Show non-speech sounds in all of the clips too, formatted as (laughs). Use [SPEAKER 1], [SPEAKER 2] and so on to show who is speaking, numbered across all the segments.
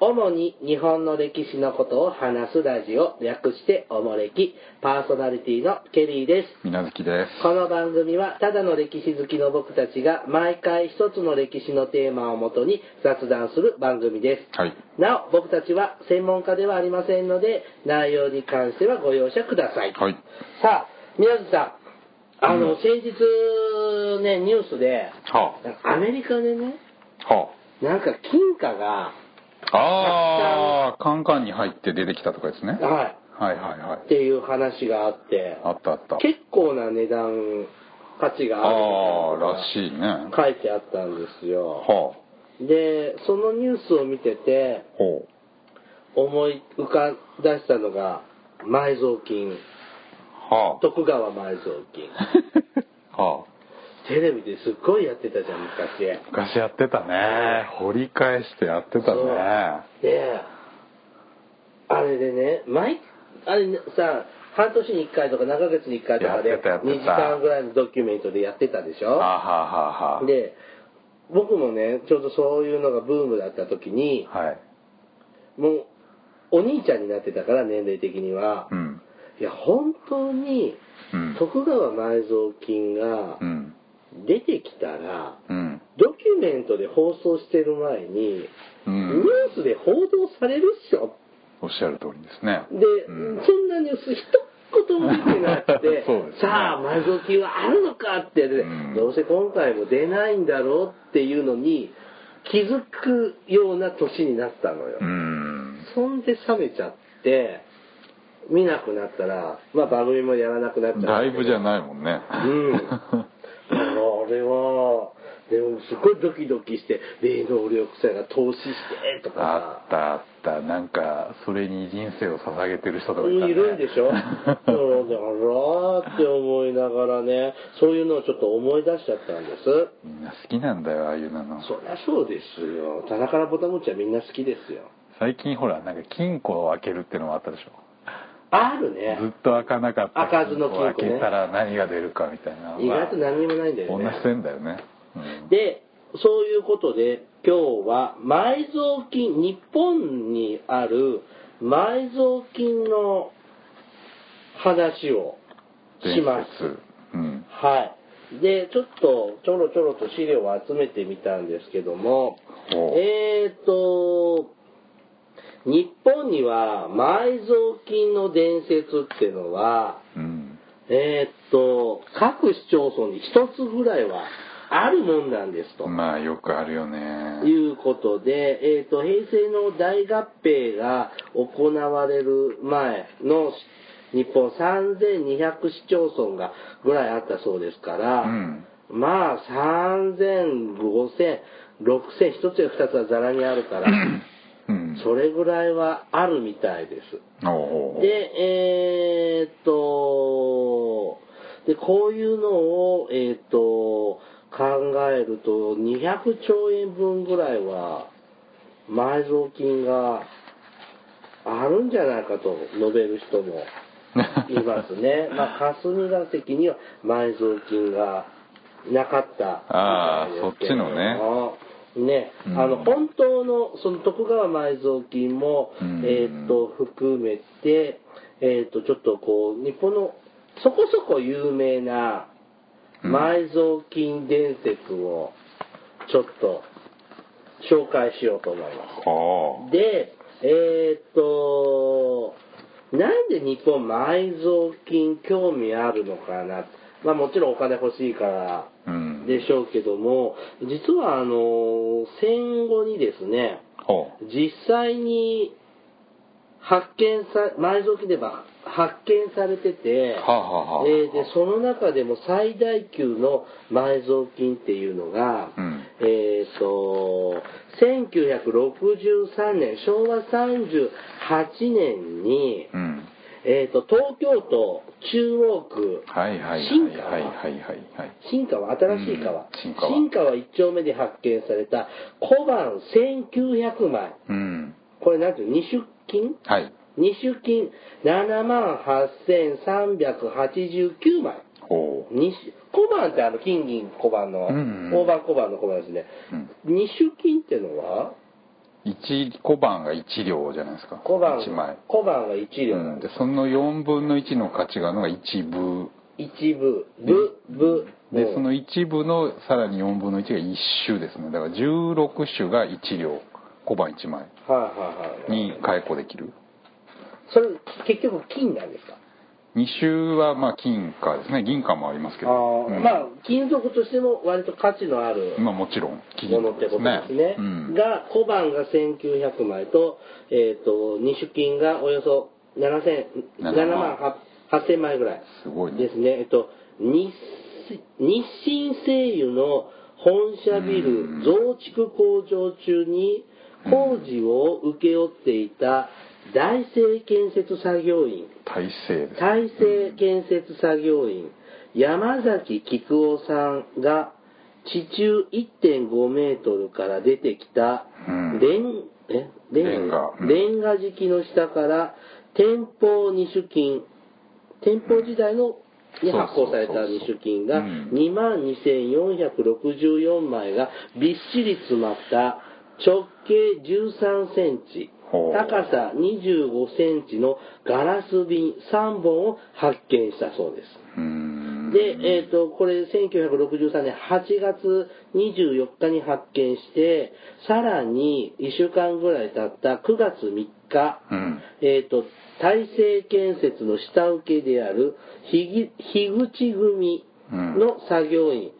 [SPEAKER 1] 主に日本の歴史のことを話すラジオ、略しておもれき、パーソナリティのケリーです。
[SPEAKER 2] 皆月です。
[SPEAKER 1] この番組はただの歴史好きの僕たちが毎回一つの歴史のテーマをもとに雑談する番組です。
[SPEAKER 2] はい。
[SPEAKER 1] なお、僕たちは専門家ではありませんので、内容に関してはご容赦ください。
[SPEAKER 2] はい。
[SPEAKER 1] さあ、宮津さん、あの、
[SPEAKER 2] うん
[SPEAKER 1] 先日ね、ニュースで、
[SPEAKER 2] は
[SPEAKER 1] アメリカでね、
[SPEAKER 2] あ。は
[SPEAKER 1] なんか金貨が、
[SPEAKER 2] あ。ああ、カンカンに入って出てきたとかですね。はい
[SPEAKER 1] は
[SPEAKER 2] はいはい
[SPEAKER 1] い、っ。ていう話があって、
[SPEAKER 2] あったあった。
[SPEAKER 1] 結構な値段、価値がある
[SPEAKER 2] ああ、
[SPEAKER 1] みたいなことが
[SPEAKER 2] らしいね。は
[SPEAKER 1] 書いてあったんです
[SPEAKER 2] あ。
[SPEAKER 1] よ。
[SPEAKER 2] ほ
[SPEAKER 1] で、そのニュースを見てて、
[SPEAKER 2] う。
[SPEAKER 1] 思い浮かん出したのが、埋蔵金、
[SPEAKER 2] は
[SPEAKER 1] 徳川埋蔵金。
[SPEAKER 2] あ。 (laughs) は
[SPEAKER 1] テレビですっごいやってたじゃん、昔
[SPEAKER 2] あ。。昔やってたね。掘り返してやってたね。
[SPEAKER 1] で、あれでね、毎、あれねさ、半年に1回とか何ヶ月に1回とかで、
[SPEAKER 2] やってたやってた
[SPEAKER 1] 2時間ぐらいのドキュメントでやってたでし
[SPEAKER 2] はあ
[SPEAKER 1] ょ
[SPEAKER 2] はあはあは
[SPEAKER 1] で、僕もね、ちょうどそういうのがブームだった時に、
[SPEAKER 2] あ。はい。
[SPEAKER 1] もう、お兄ちゃんになってたから、年齢的には
[SPEAKER 2] う。ん。
[SPEAKER 1] いや、本当に、
[SPEAKER 2] うん。
[SPEAKER 1] 徳川埋蔵金が
[SPEAKER 2] うん。
[SPEAKER 1] 出てきたら、
[SPEAKER 2] うん。
[SPEAKER 1] ドキュメントで放送してる前に、
[SPEAKER 2] う
[SPEAKER 1] ニ
[SPEAKER 2] ん。
[SPEAKER 1] ュースで報道されるっしょ。
[SPEAKER 2] おっしゃる通りですね。
[SPEAKER 1] で、
[SPEAKER 2] うん
[SPEAKER 1] そんなニュース一言も見てなくて、
[SPEAKER 2] (laughs) そうですね
[SPEAKER 1] さあ、埋蔵金はあるのかって、
[SPEAKER 2] うん
[SPEAKER 1] どうせ今回も出ないんだろうっていうのに、気づくような年になったのよ。
[SPEAKER 2] うん。
[SPEAKER 1] そんで冷めちゃって、見なくなったら、まあ番組もやらなくなっちゃったけど。
[SPEAKER 2] だいぶじゃないもんね。
[SPEAKER 1] うんあれは、でもすごいドキドキして、霊能力者が投資してと
[SPEAKER 2] あ
[SPEAKER 1] かさ、
[SPEAKER 2] ったあったなんかそれに人生を捧げてる人とかいた、ね、
[SPEAKER 1] いるんでしょそうだからって思いながらね、そういうのをちょっと思い出しちゃったんです。
[SPEAKER 2] みんな好きなんだよああいうの
[SPEAKER 1] そりゃそうですよ。棚からぼたもちはみんな好きですよ。
[SPEAKER 2] 最近ほらなんか金庫を開けるってのもあったでしょ
[SPEAKER 1] あるね
[SPEAKER 2] ず。っと開かなかった
[SPEAKER 1] 開かずの金庫ね
[SPEAKER 2] を開けたら何が出るかみたいなのは
[SPEAKER 1] 意外と何にもないんだよね。
[SPEAKER 2] 同じ線だよね、うん
[SPEAKER 1] で、そういうことで、今日は埋蔵金、日本にある埋蔵金の話をしま
[SPEAKER 2] 伝
[SPEAKER 1] す。
[SPEAKER 2] 説うん
[SPEAKER 1] はい。で、ちょっとちょろちょろと資料を集めてみたんですけども、
[SPEAKER 2] ほう
[SPEAKER 1] えーと、日本には埋蔵金の伝説っていうのは、
[SPEAKER 2] うん
[SPEAKER 1] えーと、各市町村に一つぐらいはあるもんなんですと。
[SPEAKER 2] まあよくあるよね
[SPEAKER 1] いうことで、えー、と平成の大合併が行われる前の日本3200市町村がぐらいあったそうですから、
[SPEAKER 2] うん
[SPEAKER 1] まあ3000、5000、6000、一つや二つはざらにあるから、
[SPEAKER 2] うん
[SPEAKER 1] それぐらいはあるみたいです。
[SPEAKER 2] おうおうおう
[SPEAKER 1] で、えーっと、で、こういうのを、えーっと、考えると、200兆円分ぐらいは、埋蔵金があるんじゃないかと述べる人もいますね。まあ、霞が関には埋蔵金がなかった
[SPEAKER 2] あー
[SPEAKER 1] みたいですけれども
[SPEAKER 2] そっちの
[SPEAKER 1] ね、
[SPEAKER 2] うん
[SPEAKER 1] あの本当のその徳川埋蔵金も、
[SPEAKER 2] うん
[SPEAKER 1] えーっと含めて、えーっとちょっとこう日本のそこそこ有名な
[SPEAKER 2] うん
[SPEAKER 1] 埋蔵金伝説をちょっと紹介しようと思います。
[SPEAKER 2] ほう
[SPEAKER 1] で、えーっと、なんで日本埋蔵金興味あるのかな。まあもちろんお金欲しいから
[SPEAKER 2] うん
[SPEAKER 1] でしょうけども、実はあの、戦後にですね、
[SPEAKER 2] ほう
[SPEAKER 1] 実際に発見さ、埋蔵金でば発見されてて、
[SPEAKER 2] はあはあはあ
[SPEAKER 1] えーで、その中でも最大級の埋蔵金っていうのが、
[SPEAKER 2] うん
[SPEAKER 1] えっ、と、1963年、昭和38年に、
[SPEAKER 2] うん
[SPEAKER 1] えっ、と、東京都中央区、
[SPEAKER 2] はいはいはい
[SPEAKER 1] 新
[SPEAKER 2] はい
[SPEAKER 1] 川
[SPEAKER 2] はいはいはい
[SPEAKER 1] 新川、新しい川、
[SPEAKER 2] うん新川
[SPEAKER 1] 新川1丁目で発見された小判1900枚。
[SPEAKER 2] うん
[SPEAKER 1] これなんていうの、二出金
[SPEAKER 2] はい
[SPEAKER 1] 二出金7万8389枚。
[SPEAKER 2] ほう
[SPEAKER 1] 二種小判ってあの金銀小判の、
[SPEAKER 2] うんうん
[SPEAKER 1] 大判小判の小判ですね、
[SPEAKER 2] うん
[SPEAKER 1] 二種金ってのは
[SPEAKER 2] 一小判が1両じゃないですか。
[SPEAKER 1] 小判
[SPEAKER 2] 1枚。
[SPEAKER 1] 小判が1両
[SPEAKER 2] う
[SPEAKER 1] なんん
[SPEAKER 2] で
[SPEAKER 1] です、
[SPEAKER 2] その4分の1の価値があるのが一部。
[SPEAKER 1] 一部部部
[SPEAKER 2] で、
[SPEAKER 1] うん
[SPEAKER 2] その一部のさらに4分の1が1種ですね。だから16種が1両、小判1枚
[SPEAKER 1] はいはいはい
[SPEAKER 2] に解雇できる。
[SPEAKER 1] それ結局金なんですか
[SPEAKER 2] 2種はまあ金貨ですね。銀貨もありますけ
[SPEAKER 1] あ
[SPEAKER 2] ど。
[SPEAKER 1] ー
[SPEAKER 2] うん
[SPEAKER 1] まあ金属としても割と価値のある
[SPEAKER 2] まあもちろん、金
[SPEAKER 1] もの
[SPEAKER 2] 貨
[SPEAKER 1] って
[SPEAKER 2] で
[SPEAKER 1] こと
[SPEAKER 2] す
[SPEAKER 1] で
[SPEAKER 2] ね。
[SPEAKER 1] すね。
[SPEAKER 2] うん
[SPEAKER 1] が、小判が1900枚と、えっ、と、二種金がおよそ7000、7
[SPEAKER 2] 7
[SPEAKER 1] 万
[SPEAKER 2] 万
[SPEAKER 1] 8000枚ぐらい。
[SPEAKER 2] すごいね
[SPEAKER 1] ですね。えっと、日日清製油の本社ビ
[SPEAKER 2] う
[SPEAKER 1] ル
[SPEAKER 2] ん
[SPEAKER 1] 増築工事中に工事を請け負っていた大成建設作業員、
[SPEAKER 2] 体制ですね。
[SPEAKER 1] 大成建設作業員、山崎菊夫さんが地中1.5メートルから出てきた
[SPEAKER 2] うん
[SPEAKER 1] レン、えレ
[SPEAKER 2] レンガうん
[SPEAKER 1] レンガ敷の下から天保二種金、天保時代のに
[SPEAKER 2] そう
[SPEAKER 1] 発
[SPEAKER 2] そう
[SPEAKER 1] 行
[SPEAKER 2] そうそう
[SPEAKER 1] された二種金が
[SPEAKER 2] うん
[SPEAKER 1] 2万2464枚がびっしり詰まった直径13センチ、
[SPEAKER 2] ほう
[SPEAKER 1] 高さ25センチのガラス瓶3本を発見したそうです。
[SPEAKER 2] うん
[SPEAKER 1] で、えっ、と、これ1963年8月24日に発見して、さらに1週間ぐらい経った9月3日、
[SPEAKER 2] うん
[SPEAKER 1] えっ、と、大成建設の下請けであるひぎ樋口組の作業員、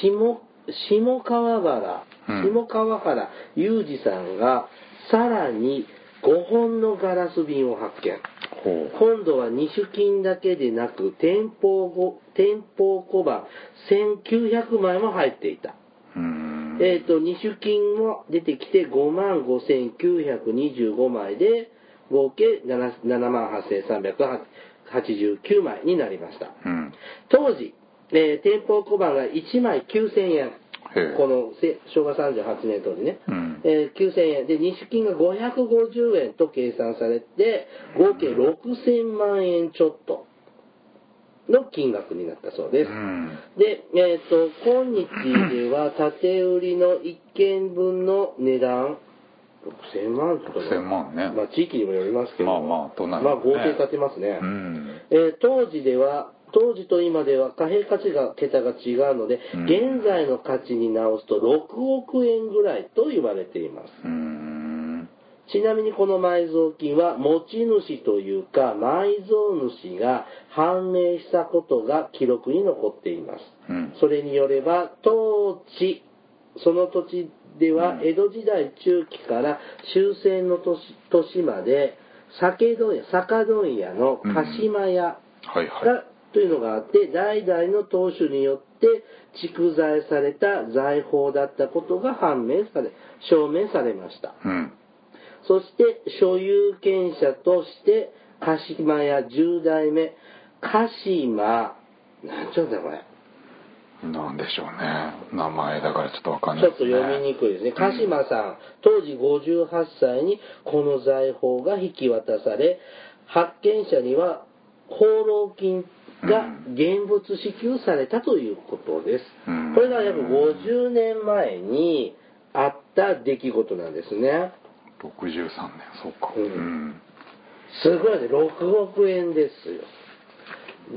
[SPEAKER 1] 下下川原、
[SPEAKER 2] うん
[SPEAKER 1] 下川原裕二さんが、さらに5本のガラス瓶を発見。
[SPEAKER 2] ほう
[SPEAKER 1] 今度は二種金だけでなく、天保ご天保小判1900枚も入っていた。
[SPEAKER 2] うん
[SPEAKER 1] えっ、と、二種金も出てきて5万5925枚で、合計7万8389枚になりました。
[SPEAKER 2] うん
[SPEAKER 1] 当時、えー天保小判が1枚9000円
[SPEAKER 2] へえ。
[SPEAKER 1] このせ昭和38年当時ね、
[SPEAKER 2] うん
[SPEAKER 1] えー9000円で、日出金が550円と計算されて、合計6000万円ちょっとの金額になったそうです。
[SPEAKER 2] うん
[SPEAKER 1] で、えっ、と、今日では、縦売りの1件分の値段、6000万とかね
[SPEAKER 2] 6000万ね
[SPEAKER 1] まあ、地域にもよりますけど、
[SPEAKER 2] まあまあ都内
[SPEAKER 1] まあ、
[SPEAKER 2] だね
[SPEAKER 1] 合計立てますね。
[SPEAKER 2] うん
[SPEAKER 1] えー当時では当時と今では貨幣価値が桁が違うので、
[SPEAKER 2] うん
[SPEAKER 1] 現在の価値に直すと6億円ぐらいと言われています
[SPEAKER 2] うん
[SPEAKER 1] ちなみにこの埋蔵金は持ち主というか埋蔵主が判明したことが記録に残っています
[SPEAKER 2] うん
[SPEAKER 1] それによれば当地その土地で
[SPEAKER 2] う
[SPEAKER 1] は
[SPEAKER 2] ん
[SPEAKER 1] 江戸時代中期から終戦の年年まで酒問屋酒問屋の鹿島屋、
[SPEAKER 2] はい
[SPEAKER 1] が、
[SPEAKER 2] はい
[SPEAKER 1] というのがあって代々の当主によって蓄財された財宝だったことが判明され証明されました
[SPEAKER 2] うん
[SPEAKER 1] そして所有権者として鹿島屋10代目鹿島なんちゅうんだこれ
[SPEAKER 2] なんでしょうね名前だからちょっとわかん
[SPEAKER 1] ち
[SPEAKER 2] な
[SPEAKER 1] ょ
[SPEAKER 2] い
[SPEAKER 1] っ
[SPEAKER 2] で
[SPEAKER 1] と
[SPEAKER 2] すね
[SPEAKER 1] 読みにくいですね。鹿島さん、当時58歳にこの財宝が引き渡され、発見者には放浪金が現物支給されたということです
[SPEAKER 2] うん。
[SPEAKER 1] これが約50年前にあった出来事なんですね。
[SPEAKER 2] 63年そうか
[SPEAKER 1] う
[SPEAKER 2] うんん
[SPEAKER 1] すごいね、6億円ですよ。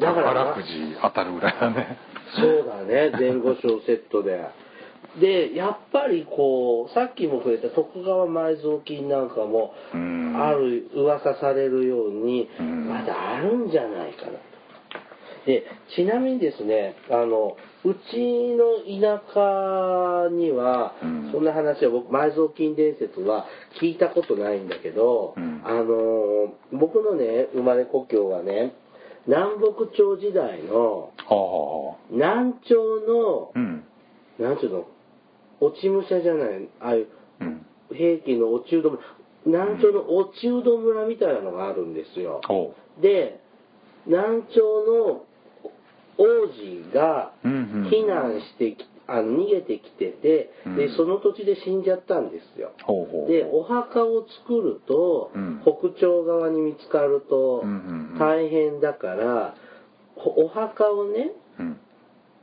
[SPEAKER 1] だから
[SPEAKER 2] 宝くじ当たるぐらいだね
[SPEAKER 1] そうだね、前後賞セットで。で、やっぱりこう、さっきも触れた徳川埋蔵金なんかも、
[SPEAKER 2] うん
[SPEAKER 1] ある、噂されるように
[SPEAKER 2] う、ん
[SPEAKER 1] まだあるんじゃないかなと。で、ちなみにですね、あの、うちの田舎には
[SPEAKER 2] うん、
[SPEAKER 1] そんな話は僕、埋蔵金伝説は聞いたことないんだけど、
[SPEAKER 2] うん
[SPEAKER 1] あの、僕のね、生まれ故郷はね、南北朝時代の、
[SPEAKER 2] はあはあ
[SPEAKER 1] 南朝の、
[SPEAKER 2] うん
[SPEAKER 1] なんちゅうの、落ち武者じゃない、ああいう
[SPEAKER 2] うん
[SPEAKER 1] 兵器の落ちうど村、南朝の落ちうど村みたいなのがあるんですよ。
[SPEAKER 2] おう
[SPEAKER 1] で、南朝の王子が
[SPEAKER 2] うんうんうん
[SPEAKER 1] 避難してき、あの逃げてきてて、
[SPEAKER 2] う
[SPEAKER 1] で、
[SPEAKER 2] ん
[SPEAKER 1] その土地で死んじゃったんですよ。
[SPEAKER 2] ほうほう
[SPEAKER 1] で、お墓を作ると、
[SPEAKER 2] うん
[SPEAKER 1] 北朝側に見つかると
[SPEAKER 2] うんうんうん
[SPEAKER 1] 大変だから、おお墓をね、
[SPEAKER 2] うん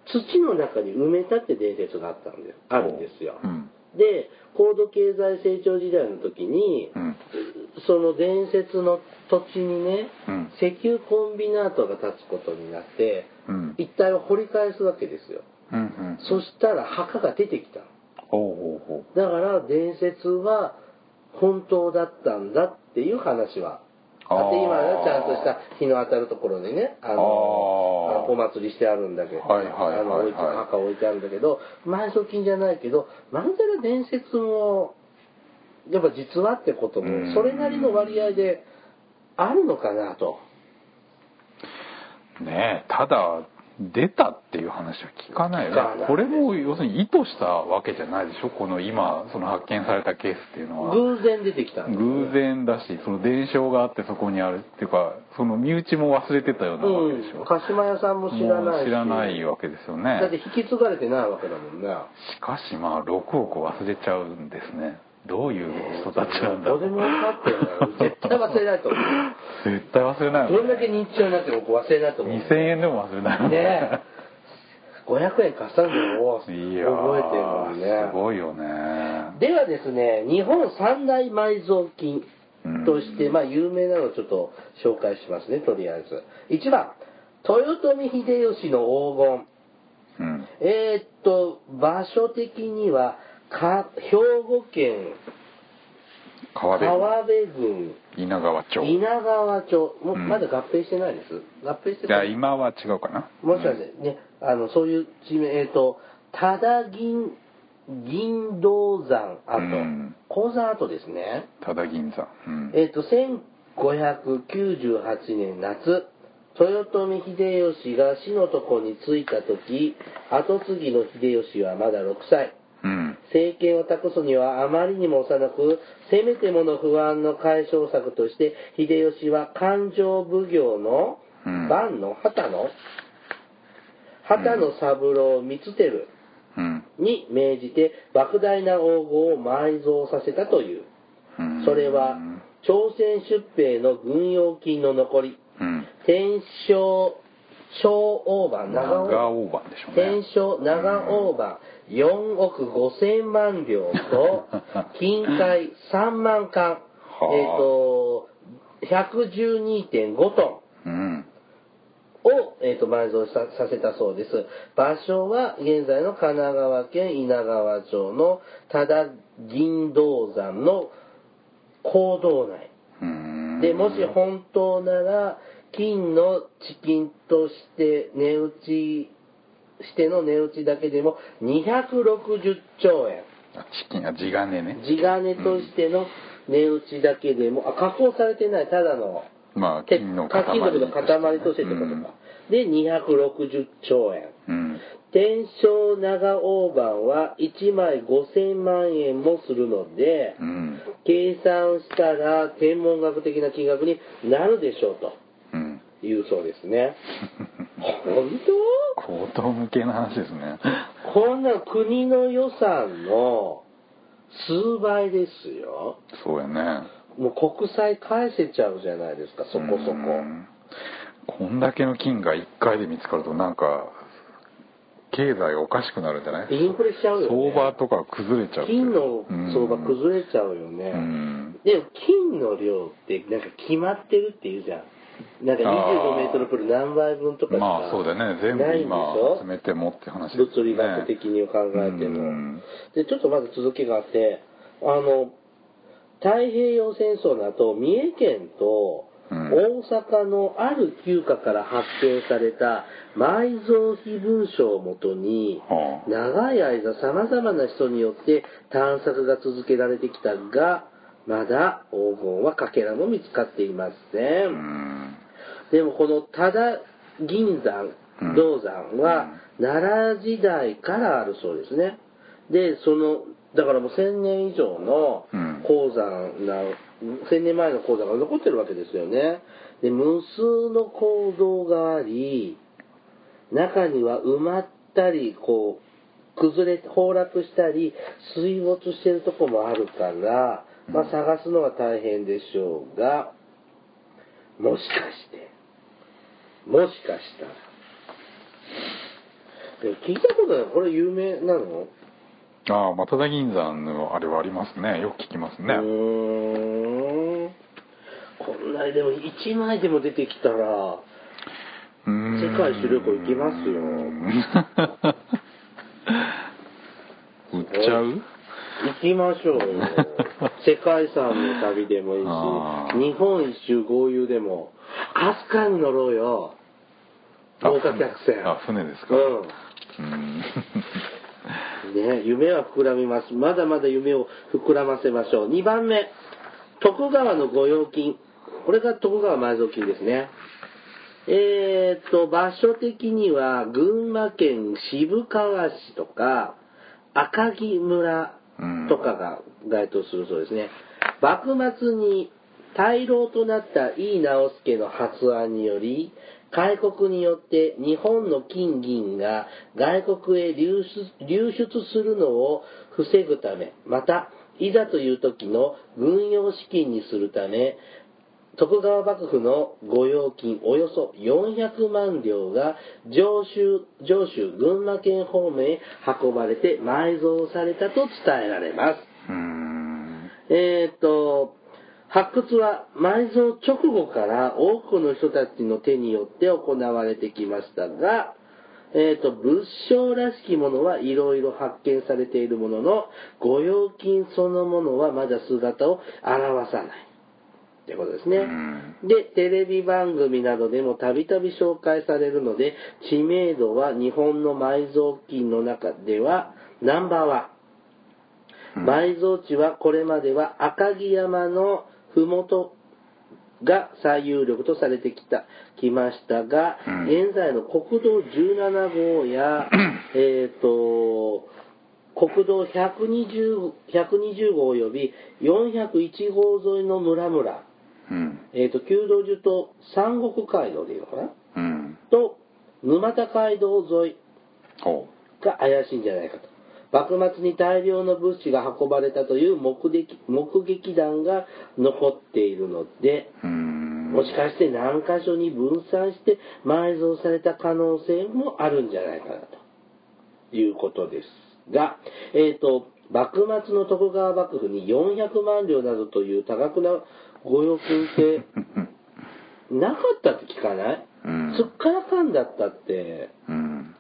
[SPEAKER 1] 土の中に埋めたって伝説があったんですあるんですよ、
[SPEAKER 2] うん
[SPEAKER 1] で、高度経済成長時代の時に、
[SPEAKER 2] うん
[SPEAKER 1] その伝説の土地にね、
[SPEAKER 2] うん
[SPEAKER 1] 石油コンビナートが建つことになって、
[SPEAKER 2] うん
[SPEAKER 1] 一帯を掘り返すわけですよ。
[SPEAKER 2] うんうん
[SPEAKER 1] そしたら墓が出てきたの。
[SPEAKER 2] ほうほうほ
[SPEAKER 1] だから伝説は本当だったんだっていう話は。
[SPEAKER 2] あー
[SPEAKER 1] あって今はちゃんとした日の当たるところにね、あの、
[SPEAKER 2] あ
[SPEAKER 1] あ
[SPEAKER 2] ー
[SPEAKER 1] のお祭りしてあるんだけど、
[SPEAKER 2] はいはいはいはい
[SPEAKER 1] あの、置いて墓置いてあるんだけど、埋葬金じゃないけど、なんたら伝説も、やっぱ実はってこと
[SPEAKER 2] うん
[SPEAKER 1] も、それなりの割合であるのかなと。
[SPEAKER 2] うねえただ出たっていう話は聞かないよね
[SPEAKER 1] 聞かない
[SPEAKER 2] これも要するに意図したわけじゃないでしょこの今その発見されたケースっていうのは
[SPEAKER 1] 偶然出てきたんですよね
[SPEAKER 2] 偶然だしその伝承があってそこにあるっていうかその身内も忘れてたようなわけでしょ、
[SPEAKER 1] うん。鹿島屋さんも知らない
[SPEAKER 2] もう
[SPEAKER 1] し。
[SPEAKER 2] 知らないわけですよね
[SPEAKER 1] だって引き継がれてないわけだもんね。
[SPEAKER 2] しかしまあ6億忘れちゃうんですねどういう人たちなんだろ
[SPEAKER 1] どうでもよかったよな絶対忘れないと思う
[SPEAKER 2] 絶対忘れない
[SPEAKER 1] どんだけ認知症になっても忘れないと思う。
[SPEAKER 2] 2000円でも忘れないもん
[SPEAKER 1] ねえ。500円貸したんだよ。覚えて
[SPEAKER 2] い
[SPEAKER 1] る
[SPEAKER 2] や
[SPEAKER 1] もんね
[SPEAKER 2] ー。すごいよね
[SPEAKER 1] ではですね、日本三大埋蔵金として、
[SPEAKER 2] うん
[SPEAKER 1] まあ有名なのをちょっと紹介しますね、とりあえず。1番、豊臣秀吉の黄金。
[SPEAKER 2] うん
[SPEAKER 1] えーっと、場所的には、か兵庫県
[SPEAKER 2] 川辺
[SPEAKER 1] 川辺郡
[SPEAKER 2] 稲川町
[SPEAKER 1] 稲川町。もう
[SPEAKER 2] うん
[SPEAKER 1] まだ合併してないです。合併して
[SPEAKER 2] じゃ
[SPEAKER 1] な
[SPEAKER 2] あ
[SPEAKER 1] い。
[SPEAKER 2] 今は違うかな
[SPEAKER 1] もしかしてね、あの、そういう地名、えっ、と、ただ銀、銀銅山跡、
[SPEAKER 2] うん
[SPEAKER 1] 鉱山跡ですね。
[SPEAKER 2] ただ銀座うん
[SPEAKER 1] えっ、と、1598年夏、豊臣秀吉が死の床に着いた時、跡継ぎの秀吉はまだ6歳。
[SPEAKER 2] うん
[SPEAKER 1] 政権を託すにはあまりにも幼く、せめてもの不安の解消策として、秀吉は勘定奉行の
[SPEAKER 2] うん
[SPEAKER 1] 番の旗の、旗の三郎光輝
[SPEAKER 2] うん
[SPEAKER 1] に命じて、莫大な黄金を埋蔵させたという。
[SPEAKER 2] うん
[SPEAKER 1] それは、朝鮮出兵の軍用金の残り、
[SPEAKER 2] うん
[SPEAKER 1] 天正、小大判、
[SPEAKER 2] 長
[SPEAKER 1] 長尾
[SPEAKER 2] 大判でしょう
[SPEAKER 1] 天
[SPEAKER 2] ね
[SPEAKER 1] 正長大判4億5千万両と金塊3万貫、えっ、と112.5ト
[SPEAKER 2] うん
[SPEAKER 1] ンを、えー、と埋蔵ささせたそうです場所は現在の神奈川県稲川町の多田銀銅山の坑道内
[SPEAKER 2] うん
[SPEAKER 1] でもし本当なら金の地金として値打ちしての値打ちだけでも260兆円
[SPEAKER 2] あチキンは地金ね
[SPEAKER 1] 地金としての値打ちだけでも、あ加工されてないただの
[SPEAKER 2] まあ
[SPEAKER 1] 鉄
[SPEAKER 2] 金の塊
[SPEAKER 1] 金属の塊としてってことか、で260兆円
[SPEAKER 2] うん
[SPEAKER 1] 天正長大判は1枚5000万円もするので、
[SPEAKER 2] うん
[SPEAKER 1] 計算したら天文学的な金額になるでしょうと。
[SPEAKER 2] うん (laughs)
[SPEAKER 1] 言うそうですね。本
[SPEAKER 2] 高等向けの話ですね
[SPEAKER 1] 当こんな国の予算の数倍ですよ。
[SPEAKER 2] そうやね
[SPEAKER 1] もう国債返せちゃうじゃないですか、そこそこ。
[SPEAKER 2] うんこんだけの金が1回で見つかるとなんか経済がおかしくなるんじゃない
[SPEAKER 1] インフレしちゃうよね。
[SPEAKER 2] 相場とか崩れちゃうって
[SPEAKER 1] 金の相場
[SPEAKER 2] れ
[SPEAKER 1] 崩れちゃうよね。
[SPEAKER 2] うん
[SPEAKER 1] でも金の量ってなんか決まってるって言うじゃん。なんか25メートルプール何倍分とかしか
[SPEAKER 2] まあそうだよね全
[SPEAKER 1] な
[SPEAKER 2] 部
[SPEAKER 1] いんでし
[SPEAKER 2] 今
[SPEAKER 1] ょ
[SPEAKER 2] 集めてもって話ですね
[SPEAKER 1] 物理学的に考えても、
[SPEAKER 2] うん
[SPEAKER 1] でちょっとまず続きがあってあの太平洋戦争の後三重県と
[SPEAKER 2] うん
[SPEAKER 1] 大阪のある旧家から発見された埋蔵秘文書をもとに
[SPEAKER 2] はあ
[SPEAKER 1] 長い間さまざまな人によって探索が続けられてきたがまだ黄金はかけらも見つかっていませ、
[SPEAKER 2] うんん
[SPEAKER 1] でもこの多田銀山
[SPEAKER 2] うん
[SPEAKER 1] 銅山は奈良時代からあるそうですね。で、その、だからもう1000年以上の
[SPEAKER 2] うん
[SPEAKER 1] 鉱山な、1000年前の鉱山が残ってるわけですよね。で、無数の坑道があり、中には埋まったり、こう、崩れ、崩落したり、水没してるとこもあるから、まあ探すのは大変でしょうが、もしかして、もしかしたら。でも聞いたことない。これ有名なの
[SPEAKER 2] ああ松田銀山のあれはありますねよく聞きます
[SPEAKER 1] う
[SPEAKER 2] ね
[SPEAKER 1] ーんこんなにでも1枚でも出てきたら
[SPEAKER 2] うん
[SPEAKER 1] 世界一旅行行きますよ
[SPEAKER 2] (laughs) 売っちゃう
[SPEAKER 1] 行きましょうよ世界遺産の旅でもい
[SPEAKER 2] (laughs) あ
[SPEAKER 1] い
[SPEAKER 2] ー
[SPEAKER 1] し日本一周豪遊でも飛鳥に乗ろうよ
[SPEAKER 2] あ
[SPEAKER 1] 豪華客船
[SPEAKER 2] あ船ですか
[SPEAKER 1] うん
[SPEAKER 2] うん
[SPEAKER 1] ね、夢は膨らみます。まだまだ夢を膨らませましょう。2番目、徳川の御用金。これが徳川埋蔵金ですね。えーっと、場所的には、群馬県渋川市とか、赤城村とかが該当するそうですね。幕末に大老となった井伊直弼の発案により、開国によって日本の金銀が外国へ流出流出するのを防ぐため、また、いざという時の軍用資金にするため、徳川幕府の御用金およそ400万両が上州、上州群馬県方面へ運ばれて埋蔵されたと伝えられます。
[SPEAKER 2] うん
[SPEAKER 1] えーっと、発掘は埋蔵直後から多くの人たちの手によって行われてきましたが、えーっと、物証らしきものはいろいろ発見されているものの、御用金そのものはまだ姿を現さない。ってことですね。
[SPEAKER 2] うん
[SPEAKER 1] で、テレビ番組などでもたびたび紹介されるので、知名度は日本の埋蔵金の中ではナンバーワン。
[SPEAKER 2] うん
[SPEAKER 1] 埋蔵地はこれまでは赤城山の麓が最有力とされてきた、きましたが、
[SPEAKER 2] うん
[SPEAKER 1] 現在の国道17号や、えっと、国道120 120号及び401号沿いの村々、
[SPEAKER 2] うん
[SPEAKER 1] えっ、と、旧道中と三国街道でいうのかな
[SPEAKER 2] うん
[SPEAKER 1] と、沼田街道沿い
[SPEAKER 2] ほ
[SPEAKER 1] が怪しいんじゃないかと。幕末に大量の物資が運ばれたという目撃目撃談が残っているので、
[SPEAKER 2] ううん
[SPEAKER 1] もしかして何箇所に分散して埋蔵された可能性もあるんじゃないかなということですが、えー、と幕末の徳川幕府に400万両などという多額な御用金ってなかったって聞かない、
[SPEAKER 2] うん
[SPEAKER 1] すっからかんだったって
[SPEAKER 2] うん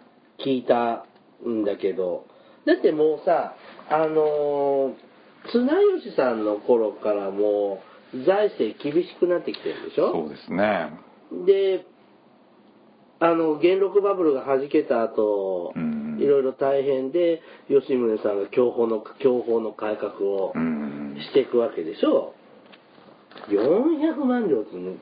[SPEAKER 1] 聞いたんだけどだってもうさあのー綱吉さんの頃からもう財政厳しくなってきてるでしょ
[SPEAKER 2] そうですね
[SPEAKER 1] であの元禄バブルが弾けた後、
[SPEAKER 2] うん
[SPEAKER 1] いろいろ大変で吉宗さんが享保の享保の改革を
[SPEAKER 2] うん
[SPEAKER 1] していくわけでしょ、400万両ってね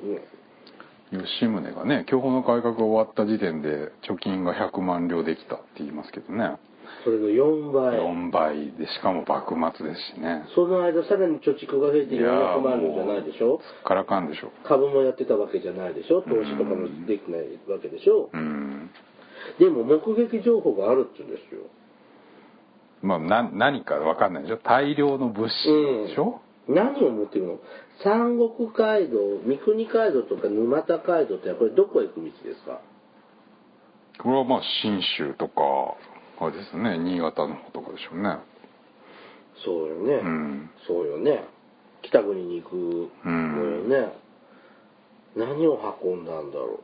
[SPEAKER 2] 吉宗がね享保の改革が終わった時点で貯金が100万両できたって言いますけどね
[SPEAKER 1] それの4倍
[SPEAKER 2] 4倍でしかも幕末ですしね
[SPEAKER 1] その間さらに貯蓄が増えて
[SPEAKER 2] いやー
[SPEAKER 1] 400万両じゃないでしょ
[SPEAKER 2] すっからかんでしょ
[SPEAKER 1] 株もやってたわけじゃないでしょ投資とかもできないわけでしょ、
[SPEAKER 2] うん
[SPEAKER 1] でも目撃情報があるって言うんですよ
[SPEAKER 2] まあな何か分かんないでしょ大量の物資でしょ、
[SPEAKER 1] 何を持ってるの三国街道三国街道とか沼田街道ってこれどこへ行く道ですか
[SPEAKER 2] これはまあ信州とかあれですね新潟の方とかでしょうね
[SPEAKER 1] そうよね、
[SPEAKER 2] うん
[SPEAKER 1] そうよね北国に行くのよね、何を運んだんだろう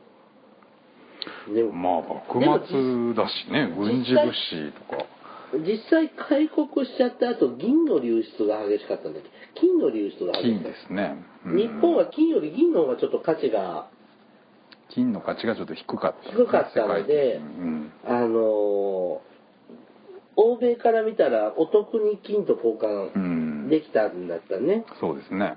[SPEAKER 1] でも、
[SPEAKER 2] まあ幕末だしね軍事物資とか
[SPEAKER 1] 実際開国しちゃった後銀の流出が激しかったんだっけ金の流出が激し
[SPEAKER 2] 金
[SPEAKER 1] かっ
[SPEAKER 2] ですね、
[SPEAKER 1] た、
[SPEAKER 2] うん
[SPEAKER 1] 日本は金より銀の方がちょっと価値が
[SPEAKER 2] 金の価値がちょっと低かった、
[SPEAKER 1] 低かったので、
[SPEAKER 2] 世界的にうん
[SPEAKER 1] あのー欧米から見たらお得に金と交
[SPEAKER 2] う
[SPEAKER 1] 換
[SPEAKER 2] ん
[SPEAKER 1] できたんだったね、
[SPEAKER 2] そうですね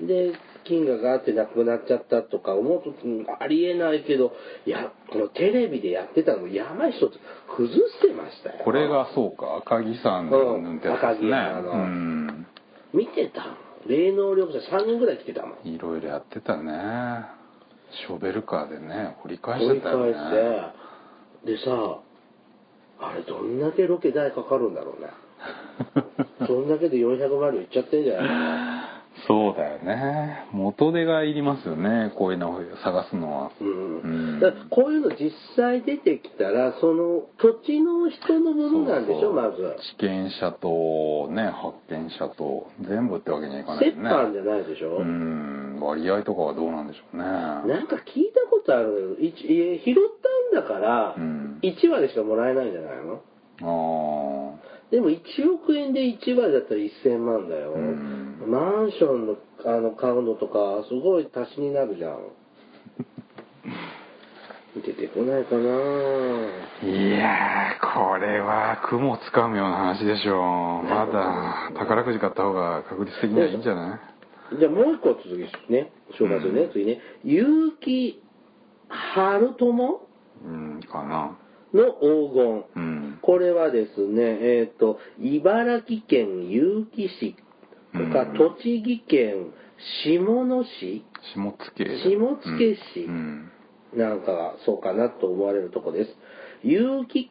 [SPEAKER 1] で金がガーってなくなっちゃったとか思うとうんありえないけどいやこのテレビでやってたの山一つ崩してましたよ
[SPEAKER 2] これがそうか赤城さん
[SPEAKER 1] うん
[SPEAKER 2] ってやつで
[SPEAKER 1] 赤
[SPEAKER 2] すね、
[SPEAKER 1] 城さんの
[SPEAKER 2] うん
[SPEAKER 1] 見てたもん霊能力者3人ぐらい来てたもん
[SPEAKER 2] いろいろやってたねショベルカーでね掘り返し
[SPEAKER 1] 追
[SPEAKER 2] て
[SPEAKER 1] い
[SPEAKER 2] た
[SPEAKER 1] 返
[SPEAKER 2] よね
[SPEAKER 1] してでさあれどんだけロケ
[SPEAKER 2] (laughs)
[SPEAKER 1] 代かかるんだろうねそんだけで400万両いっちゃってんじゃないかな
[SPEAKER 2] そうだよね元手がいりますよねこういうのを探すのは
[SPEAKER 1] うん
[SPEAKER 2] うん
[SPEAKER 1] だからこういうの実際出てきたらその土地の人のものなんでしょ
[SPEAKER 2] そうそう
[SPEAKER 1] まず
[SPEAKER 2] 地権者とね発見者と全部ってわけにはいかない
[SPEAKER 1] 折
[SPEAKER 2] よね
[SPEAKER 1] 半じゃないでしょ、
[SPEAKER 2] うん割合とかはどうなんでしょうね
[SPEAKER 1] なんか聞いたことあるいちい拾ったんだから
[SPEAKER 2] うん
[SPEAKER 1] 1割しかもらえないんじゃないの
[SPEAKER 2] あ
[SPEAKER 1] でも1億円で1割だったら1000万だよ、
[SPEAKER 2] うん
[SPEAKER 1] マンションのあの買うのとかすごい足しになる
[SPEAKER 2] (laughs)
[SPEAKER 1] じゃん出てこないかな
[SPEAKER 2] あいやーこれは雲をつかむような話でしょうまだ宝くじ買った方が確率的にはいいんじゃない
[SPEAKER 1] じゃあもう一個続きね紹介するね、
[SPEAKER 2] うん
[SPEAKER 1] 次ね結城春友
[SPEAKER 2] うんかな
[SPEAKER 1] の黄金
[SPEAKER 2] うん
[SPEAKER 1] これはですね、えっ、と、茨城県結城市とか、
[SPEAKER 2] うん
[SPEAKER 1] 栃木県下野市
[SPEAKER 2] 下野
[SPEAKER 1] 下野市
[SPEAKER 2] うん
[SPEAKER 1] なんかがそうかなと思われるとこです。結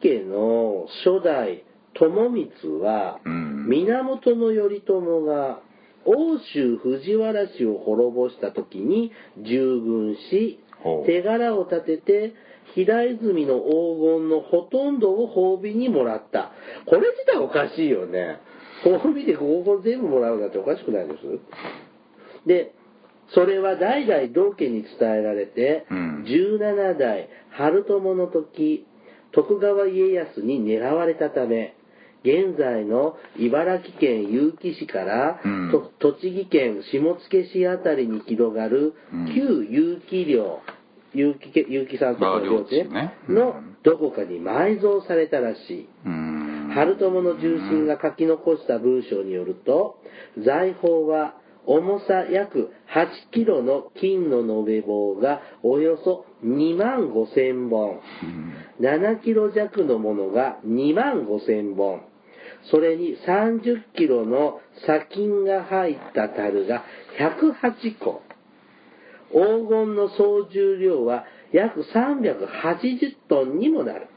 [SPEAKER 1] 城家の初代友光は、
[SPEAKER 2] うん
[SPEAKER 1] 源頼朝が奥州藤原氏を滅ぼした時に従軍し
[SPEAKER 2] ほう
[SPEAKER 1] 手柄を立てて平泉の黄金のほとんどを褒美にもらったこれ自体おかしいよね褒美で黄金全部もらうなんておかしくないですでそれは代々道家に伝えられて、
[SPEAKER 2] うん
[SPEAKER 1] 17代春友の時徳川家康に狙われたため現在の茨城県結城市から、
[SPEAKER 2] うん
[SPEAKER 1] と栃木県下野市あたりに広がる
[SPEAKER 2] うん
[SPEAKER 1] 旧結城領結城家結城さんとこの領地ね
[SPEAKER 2] まあ領地ねうん
[SPEAKER 1] のどこかに埋蔵されたらしい。
[SPEAKER 2] うん
[SPEAKER 1] 春友の重臣が書き残した文章によると財宝は重さ約8キロの金の延べ棒がおよそ2万5千本
[SPEAKER 2] うん
[SPEAKER 1] 7キロ弱のものが2万5千本それに30キロの砂金が入った樽が108個黄金の総重量は約380トンにもなる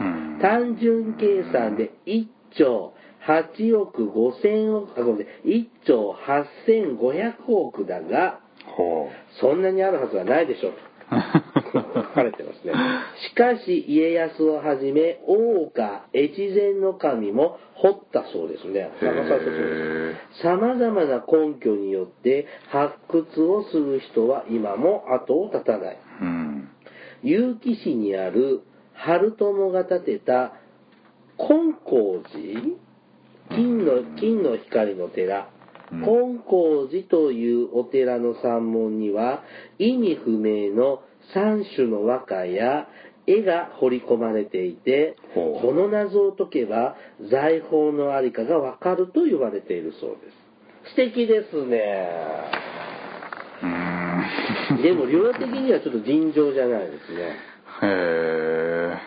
[SPEAKER 2] うん
[SPEAKER 1] 単純計算で1兆8億5千億、あ、ごめんなさい、1兆8500億だが、
[SPEAKER 2] ほう
[SPEAKER 1] そんなにあるはずはないでしょう。 (laughs) 書かれてますね。しかし、家康をはじめ、大岡、越前の神も掘ったそうですね。
[SPEAKER 2] へー
[SPEAKER 1] 長沢先生です様々な根拠によって発掘をする人は今も後を絶たない。
[SPEAKER 2] うん
[SPEAKER 1] 結城市にある春友が建てた金光寺金の金の光の寺、
[SPEAKER 2] うん
[SPEAKER 1] 金光寺というお寺の山門には意味不明の三種の和歌や絵が彫り込まれていて
[SPEAKER 2] ほう
[SPEAKER 1] この謎を解けば財宝のありかがわかると言われているそうです素敵です
[SPEAKER 2] (laughs)
[SPEAKER 1] ね
[SPEAKER 2] うーん
[SPEAKER 1] でも量的にはちょっと尋常じゃないですね
[SPEAKER 2] へえ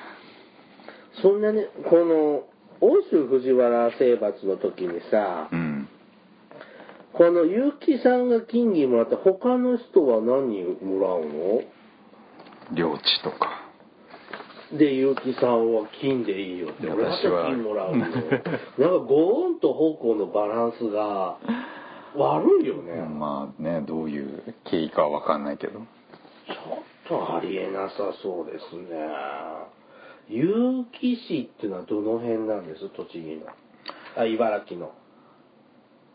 [SPEAKER 1] そんなね、この、欧州藤原征伐の時にさ
[SPEAKER 2] う、ん
[SPEAKER 1] この結城さんが金銀もらって、他の人は何もらうの
[SPEAKER 2] 領地とか
[SPEAKER 1] で、結城さんは金でいいよって、俺は
[SPEAKER 2] 私は
[SPEAKER 1] 金もらうの。なんか、ご恩と方向のバランスが悪いよね。
[SPEAKER 2] まあねどういう経緯かは分かんないけ
[SPEAKER 1] ちょ
[SPEAKER 2] ど
[SPEAKER 1] っとありえなさそうですね。結城市っていうのはどの辺なんです栃木の。あ、茨城の。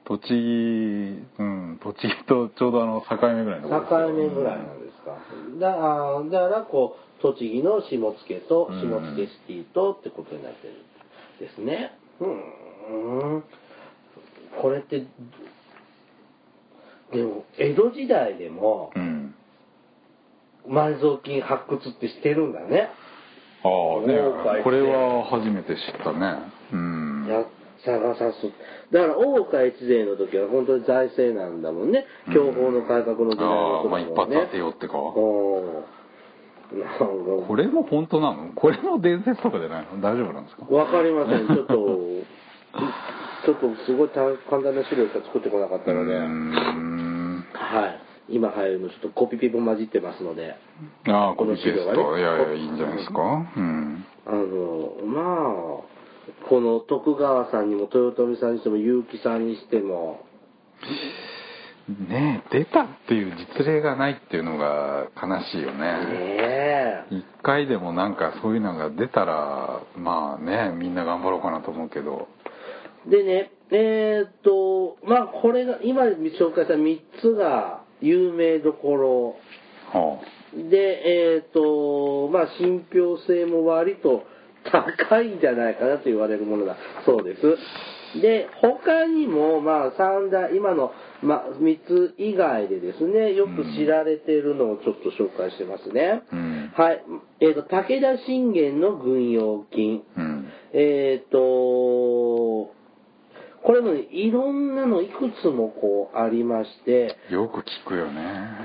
[SPEAKER 2] 栃木うん栃木とちょうどあの境目ぐらいのところ
[SPEAKER 1] 境目ぐらいなんですか、だあーだからこう栃木の下野と
[SPEAKER 2] うん
[SPEAKER 1] 下野シティとってことになってるんですねうんうんこれってでも江戸時代でも
[SPEAKER 2] うん
[SPEAKER 1] 埋蔵金発掘ってしてるんだね
[SPEAKER 2] あ
[SPEAKER 1] 大
[SPEAKER 2] あ
[SPEAKER 1] 岡越
[SPEAKER 2] ね
[SPEAKER 1] 前
[SPEAKER 2] これは初めて知ったねうん
[SPEAKER 1] や探さすだから大岡越前の時は本当に財政なんだもんね享保の改革の時代
[SPEAKER 2] あ
[SPEAKER 1] の
[SPEAKER 2] あまあ
[SPEAKER 1] 時
[SPEAKER 2] 一
[SPEAKER 1] だもん
[SPEAKER 2] 発
[SPEAKER 1] ね
[SPEAKER 2] 当てようってかこ
[SPEAKER 1] うんなんか
[SPEAKER 2] れも本当なのこれも伝説とかじゃないの大丈夫なんですか
[SPEAKER 1] わかりません。ちょっと、ちょっとすごい単簡単な資料しか作ってこなかったので、
[SPEAKER 2] うーん
[SPEAKER 1] はい。今入るのちょっとコピピも混じってますので、
[SPEAKER 2] ああ
[SPEAKER 1] こ
[SPEAKER 2] コ
[SPEAKER 1] の
[SPEAKER 2] ピ
[SPEAKER 1] 資
[SPEAKER 2] ペ
[SPEAKER 1] 料
[SPEAKER 2] ス
[SPEAKER 1] がね
[SPEAKER 2] トいやいやいいんじゃないですかうん
[SPEAKER 1] あの、まあ、この徳川さんにも豊臣さんにしても結城さんにしても、
[SPEAKER 2] ねえ出たっていう実例がないっていうのが悲しいよね
[SPEAKER 1] ねえ
[SPEAKER 2] 一回でもなんかそういうのが出たらまあねみんな頑張ろうかなと思うけど
[SPEAKER 1] でね、えーっと、まあ、これが、今紹介した3つが有名どころ。
[SPEAKER 2] は
[SPEAKER 1] で、えーっと、まあ、信憑性も割と高いんじゃないかなと言われるものだそうです。で、他にも、まあ、三大、今の、まあ、3つ以外でですね、よく知られているのをちょっと紹介してますね。
[SPEAKER 2] うん
[SPEAKER 1] はい。えーっと、武田信玄の軍用金。
[SPEAKER 2] あうん
[SPEAKER 1] えーっと、これもね、いろんなのいくつもこうありまして、
[SPEAKER 2] よく聞くよね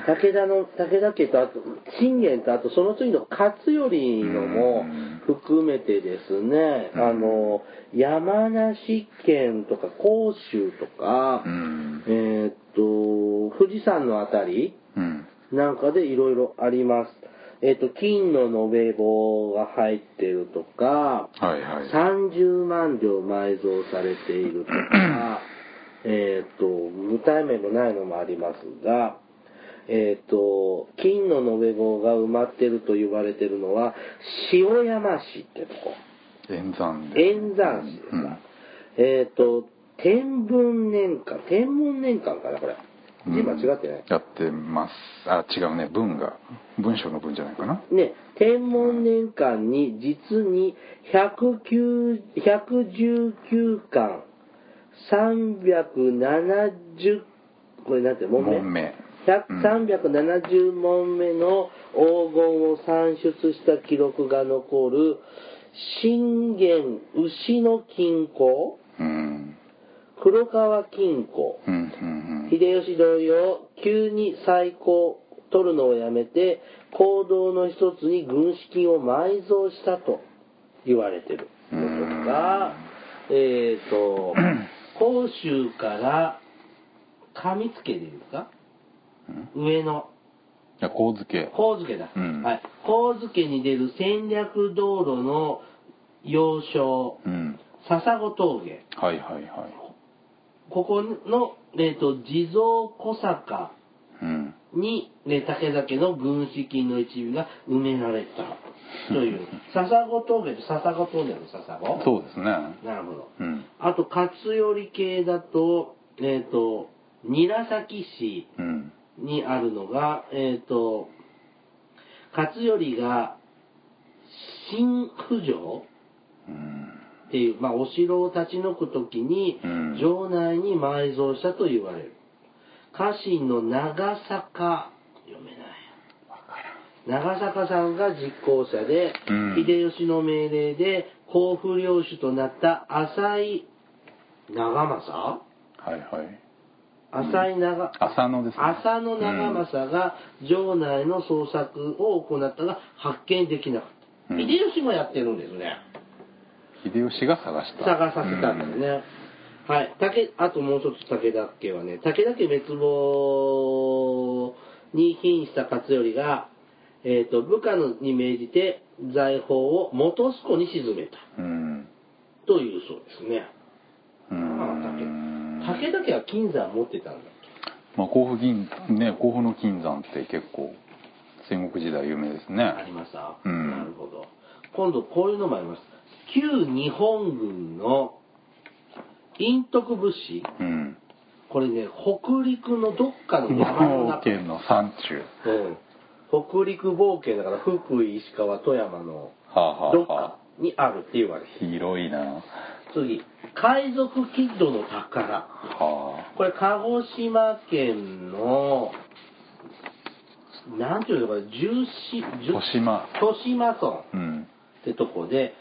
[SPEAKER 1] 武田の、武田家とあと、信玄とあとその次の勝頼のも含めてですね、
[SPEAKER 2] うん
[SPEAKER 1] あの、山梨県とか甲州とか、
[SPEAKER 2] うん
[SPEAKER 1] えーっと、富士山のあたり
[SPEAKER 2] うん
[SPEAKER 1] なんかでいろいろあります。えーっと、金の延べ棒が入ってるとか、
[SPEAKER 2] はいはい
[SPEAKER 1] 30万両埋蔵されていると
[SPEAKER 2] (clears throat)
[SPEAKER 1] か、えっと、無対面もないのもありますが、えっ、と、金の延べ棒が埋まってると言われてるのは、塩山市ってとこ。
[SPEAKER 2] 演算で
[SPEAKER 1] 円山市ですか。
[SPEAKER 2] うん
[SPEAKER 1] えっ、と、天文年間、天文年間かな、これ。
[SPEAKER 2] うん
[SPEAKER 1] 今違ってない、
[SPEAKER 2] やってますあ違うね文が文章の文じゃないかな
[SPEAKER 1] ね、天文年間に実に109 119巻370これなんて問目
[SPEAKER 2] 文明
[SPEAKER 1] 100
[SPEAKER 2] うん
[SPEAKER 1] 370問目の黄金を産出した記録が残る信玄牛の金庫
[SPEAKER 2] うん
[SPEAKER 1] 黒川金庫
[SPEAKER 2] うんうんうん
[SPEAKER 1] 秀吉同様急に最高取るのをやめて行動の一つに軍資金を埋蔵したと言われてることがえっ、
[SPEAKER 2] (clears throat)
[SPEAKER 1] と甲州から上付でいいですか
[SPEAKER 2] うん
[SPEAKER 1] 上の
[SPEAKER 2] いや神漬け
[SPEAKER 1] 神津家だ、
[SPEAKER 2] うん
[SPEAKER 1] はい神津家に出る戦略道路の要衝
[SPEAKER 2] うん
[SPEAKER 1] 笹子峠
[SPEAKER 2] はいはいはい
[SPEAKER 1] ここの、えー、と地蔵小坂
[SPEAKER 2] うん
[SPEAKER 1] に、ね、武田家の軍資金の一部が埋められたと
[SPEAKER 2] (laughs)
[SPEAKER 1] いう、笹子峠と笹子峠の笹子
[SPEAKER 2] そうですね
[SPEAKER 1] なるほど。
[SPEAKER 2] うん
[SPEAKER 1] あと、勝頼系だと、えっ、と、韮崎市
[SPEAKER 2] うん
[SPEAKER 1] にあるのが、えっ、と、勝頼が新府城
[SPEAKER 2] うん
[SPEAKER 1] っていう、まあ、お城を立ち退くときに、
[SPEAKER 2] うん
[SPEAKER 1] 城内に埋蔵したと言われる。家臣の長坂、読めない。
[SPEAKER 2] わからん
[SPEAKER 1] 長坂さんが実行者で、
[SPEAKER 2] うん
[SPEAKER 1] 秀吉の命令で甲府領主となった浅井長政
[SPEAKER 2] はいはい
[SPEAKER 1] 浅井長、
[SPEAKER 2] 浅野ですね
[SPEAKER 1] 浅野長政が城内の捜索を行ったが発見できなかった、
[SPEAKER 2] うん
[SPEAKER 1] 秀吉もやってるんですね
[SPEAKER 2] 秀吉が探した
[SPEAKER 1] 探させたんですね、はい武あともう一つ武田家はね武田家滅亡に瀕した勝頼が、えー、と部下のに命じて財宝を元栖湖に沈めた
[SPEAKER 2] うん
[SPEAKER 1] というそうですね
[SPEAKER 2] う
[SPEAKER 1] まあ
[SPEAKER 2] ん
[SPEAKER 1] 武田家は金山持ってたんだっ
[SPEAKER 2] まあ、甲府銀ね甲府の金山って結構戦国時代有名です
[SPEAKER 1] けあ
[SPEAKER 2] ね
[SPEAKER 1] りました、
[SPEAKER 2] うん
[SPEAKER 1] なるほど今度こういうのもあります旧日本軍の陰徳物資
[SPEAKER 2] うん
[SPEAKER 1] これね北陸のどっかの
[SPEAKER 2] 日
[SPEAKER 1] 山の
[SPEAKER 2] 本
[SPEAKER 1] 中
[SPEAKER 2] 県の山中
[SPEAKER 1] うん北陸冒険だから福井石川富山の
[SPEAKER 2] はあは
[SPEAKER 1] どっ
[SPEAKER 2] あは
[SPEAKER 1] かにあるっていうわけで
[SPEAKER 2] あ広いなは
[SPEAKER 1] す次海賊キッドの宝
[SPEAKER 2] あ
[SPEAKER 1] これ鹿児島県のなんていうのかな十四十
[SPEAKER 2] 豊島
[SPEAKER 1] 豊島村っ
[SPEAKER 2] うん
[SPEAKER 1] てとこで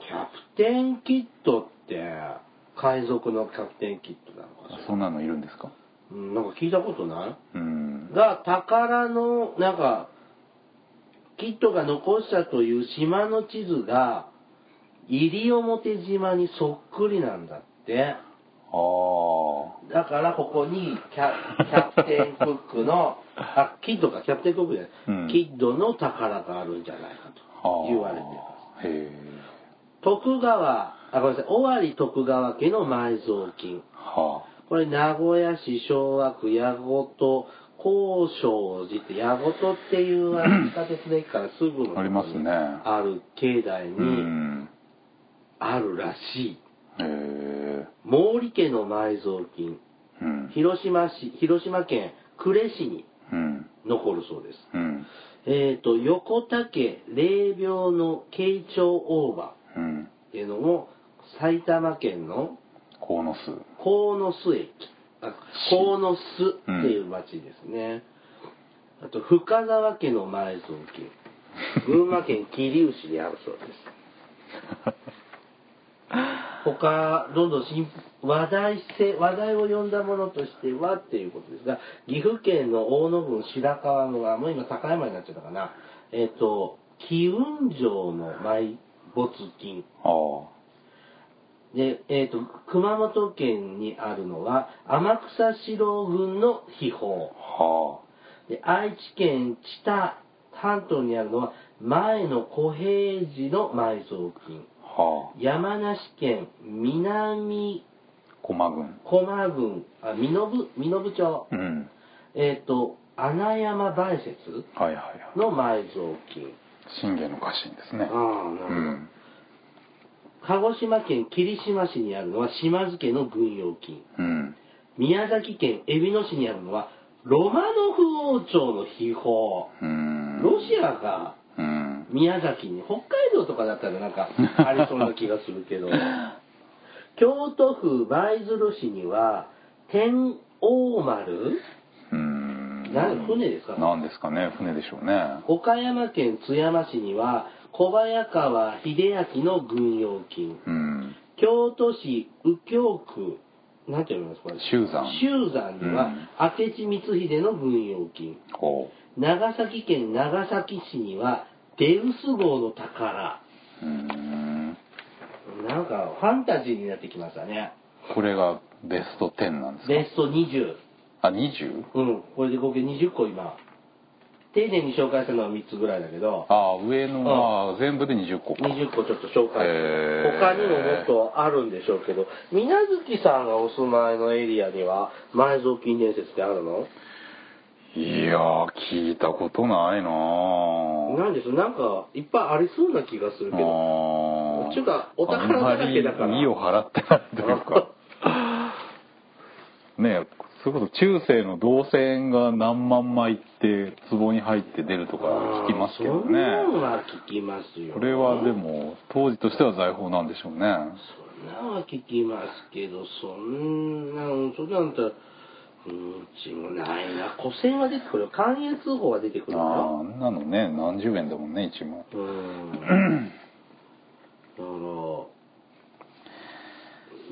[SPEAKER 1] キャプテンキッドって海賊のキャプテンキッドなのかな
[SPEAKER 2] そんなのいるんですか
[SPEAKER 1] うんなんか聞いたことない
[SPEAKER 2] うん
[SPEAKER 1] が宝のなんかキッドが残したという島の地図が西表島にそっくりなんだって
[SPEAKER 2] ああ
[SPEAKER 1] だからここにキャキャプテンクック
[SPEAKER 2] (laughs)
[SPEAKER 1] のあキッドかキャプテンクックじゃない、
[SPEAKER 2] うん
[SPEAKER 1] キッドの宝があるんじゃないかと言われてます
[SPEAKER 2] るへえ
[SPEAKER 1] 徳川あごめんなさい尾張徳川家の埋蔵金
[SPEAKER 2] はあ
[SPEAKER 1] これ、名古屋市昭和区矢事高昌寺って、矢事っていうあの地下鉄の駅からすぐのとこに
[SPEAKER 2] ありますね
[SPEAKER 1] ある境内
[SPEAKER 2] う
[SPEAKER 1] に
[SPEAKER 2] ん
[SPEAKER 1] あるらしい。
[SPEAKER 2] へえ
[SPEAKER 1] 毛利家の埋蔵金、
[SPEAKER 2] うん
[SPEAKER 1] 広島市、広島県呉市に
[SPEAKER 2] うん
[SPEAKER 1] 残るそうです。
[SPEAKER 2] うん
[SPEAKER 1] えっ、と、横田家霊廟の慶長大場
[SPEAKER 2] うん
[SPEAKER 1] っていうのも、埼玉県の
[SPEAKER 2] 鴻巣
[SPEAKER 1] 鴻巣駅、あ鴻巣っていう町ですね。あと、深沢家の埋蔵金、群馬県桐生市にあるそうです。他、どんどん新話題性、話題を呼んだものとしてはっていうことですが、岐阜県の大野郡白川村、もう今高山になっちゃったかな、えっ、と、機運城の埋没金。
[SPEAKER 2] ああ
[SPEAKER 1] で、えっ、と、熊本県にあるのは、天草四郎郡の秘宝。
[SPEAKER 2] は
[SPEAKER 1] で、愛知県知多半島にあるのは、前の小平寺の埋蔵金。
[SPEAKER 2] あはあ
[SPEAKER 1] 山梨県南
[SPEAKER 2] 駒軍
[SPEAKER 1] 駒郡、あ、身延、身延町、
[SPEAKER 2] うん
[SPEAKER 1] えっ、と、穴山梅雪
[SPEAKER 2] はいはいはい
[SPEAKER 1] の埋蔵金。
[SPEAKER 2] 信玄の家臣ですね
[SPEAKER 1] あ
[SPEAKER 2] う
[SPEAKER 1] あ、なる
[SPEAKER 2] ん
[SPEAKER 1] ほど。鹿児島県霧島市にあるのは島津家の軍用金。
[SPEAKER 2] うん
[SPEAKER 1] 宮崎県海老野市にあるのは、ロマノフ王朝の秘宝。
[SPEAKER 2] うん
[SPEAKER 1] ロシアが
[SPEAKER 2] うん
[SPEAKER 1] 宮崎に、北海道とかだったらなんかありそうな気がするけ
[SPEAKER 2] (laughs)
[SPEAKER 1] ど、京都府舞鶴市には、天王丸
[SPEAKER 2] うん
[SPEAKER 1] な船ですか
[SPEAKER 2] なんですかね船でしょうね
[SPEAKER 1] 岡山県津山市には小早川秀明の軍用金
[SPEAKER 2] うん
[SPEAKER 1] 京都市右京区なんて読みますこれ
[SPEAKER 2] 周山
[SPEAKER 1] 周山には
[SPEAKER 2] うん
[SPEAKER 1] 明智光秀の軍用金
[SPEAKER 2] ほ
[SPEAKER 1] 長崎県長崎市にはデウス号の宝
[SPEAKER 2] ううん
[SPEAKER 1] なんかファンタジーになってきましたね
[SPEAKER 2] これがベスト10なんですか
[SPEAKER 1] ベスト20
[SPEAKER 2] あ二 20?
[SPEAKER 1] うんこれで合計20個今丁寧に紹介したのは3つぐらいだけど
[SPEAKER 2] あ上のは全部で20個か
[SPEAKER 1] 20個ちょっと紹介
[SPEAKER 2] へー
[SPEAKER 1] 他にももっとあるんでしょうけど水無月さんがお住まいのエリアには埋蔵金伝説ってあるの
[SPEAKER 2] いやー聞いたことないなぁ
[SPEAKER 1] なんでしょうなんかいっぱいありそうな気がするけど
[SPEAKER 2] あー
[SPEAKER 1] ちゅうかお宝だらけだから
[SPEAKER 2] あんまり意を払ってないという
[SPEAKER 1] (laughs)
[SPEAKER 2] かねえそれこそ中世の銅線が何万枚って壺に入って出るとか聞きますけど
[SPEAKER 1] そん
[SPEAKER 2] ね
[SPEAKER 1] なんは聞きますよ
[SPEAKER 2] これはで
[SPEAKER 1] も
[SPEAKER 2] も当時としては財宝なんでしょうね
[SPEAKER 1] そんなんは聞きますけどそんなんそんなんたらうんうちもないな古銭は出てくるよ関越通報は出てくるよ
[SPEAKER 2] ああんなのね何十円だもんね一問
[SPEAKER 1] うん。だから、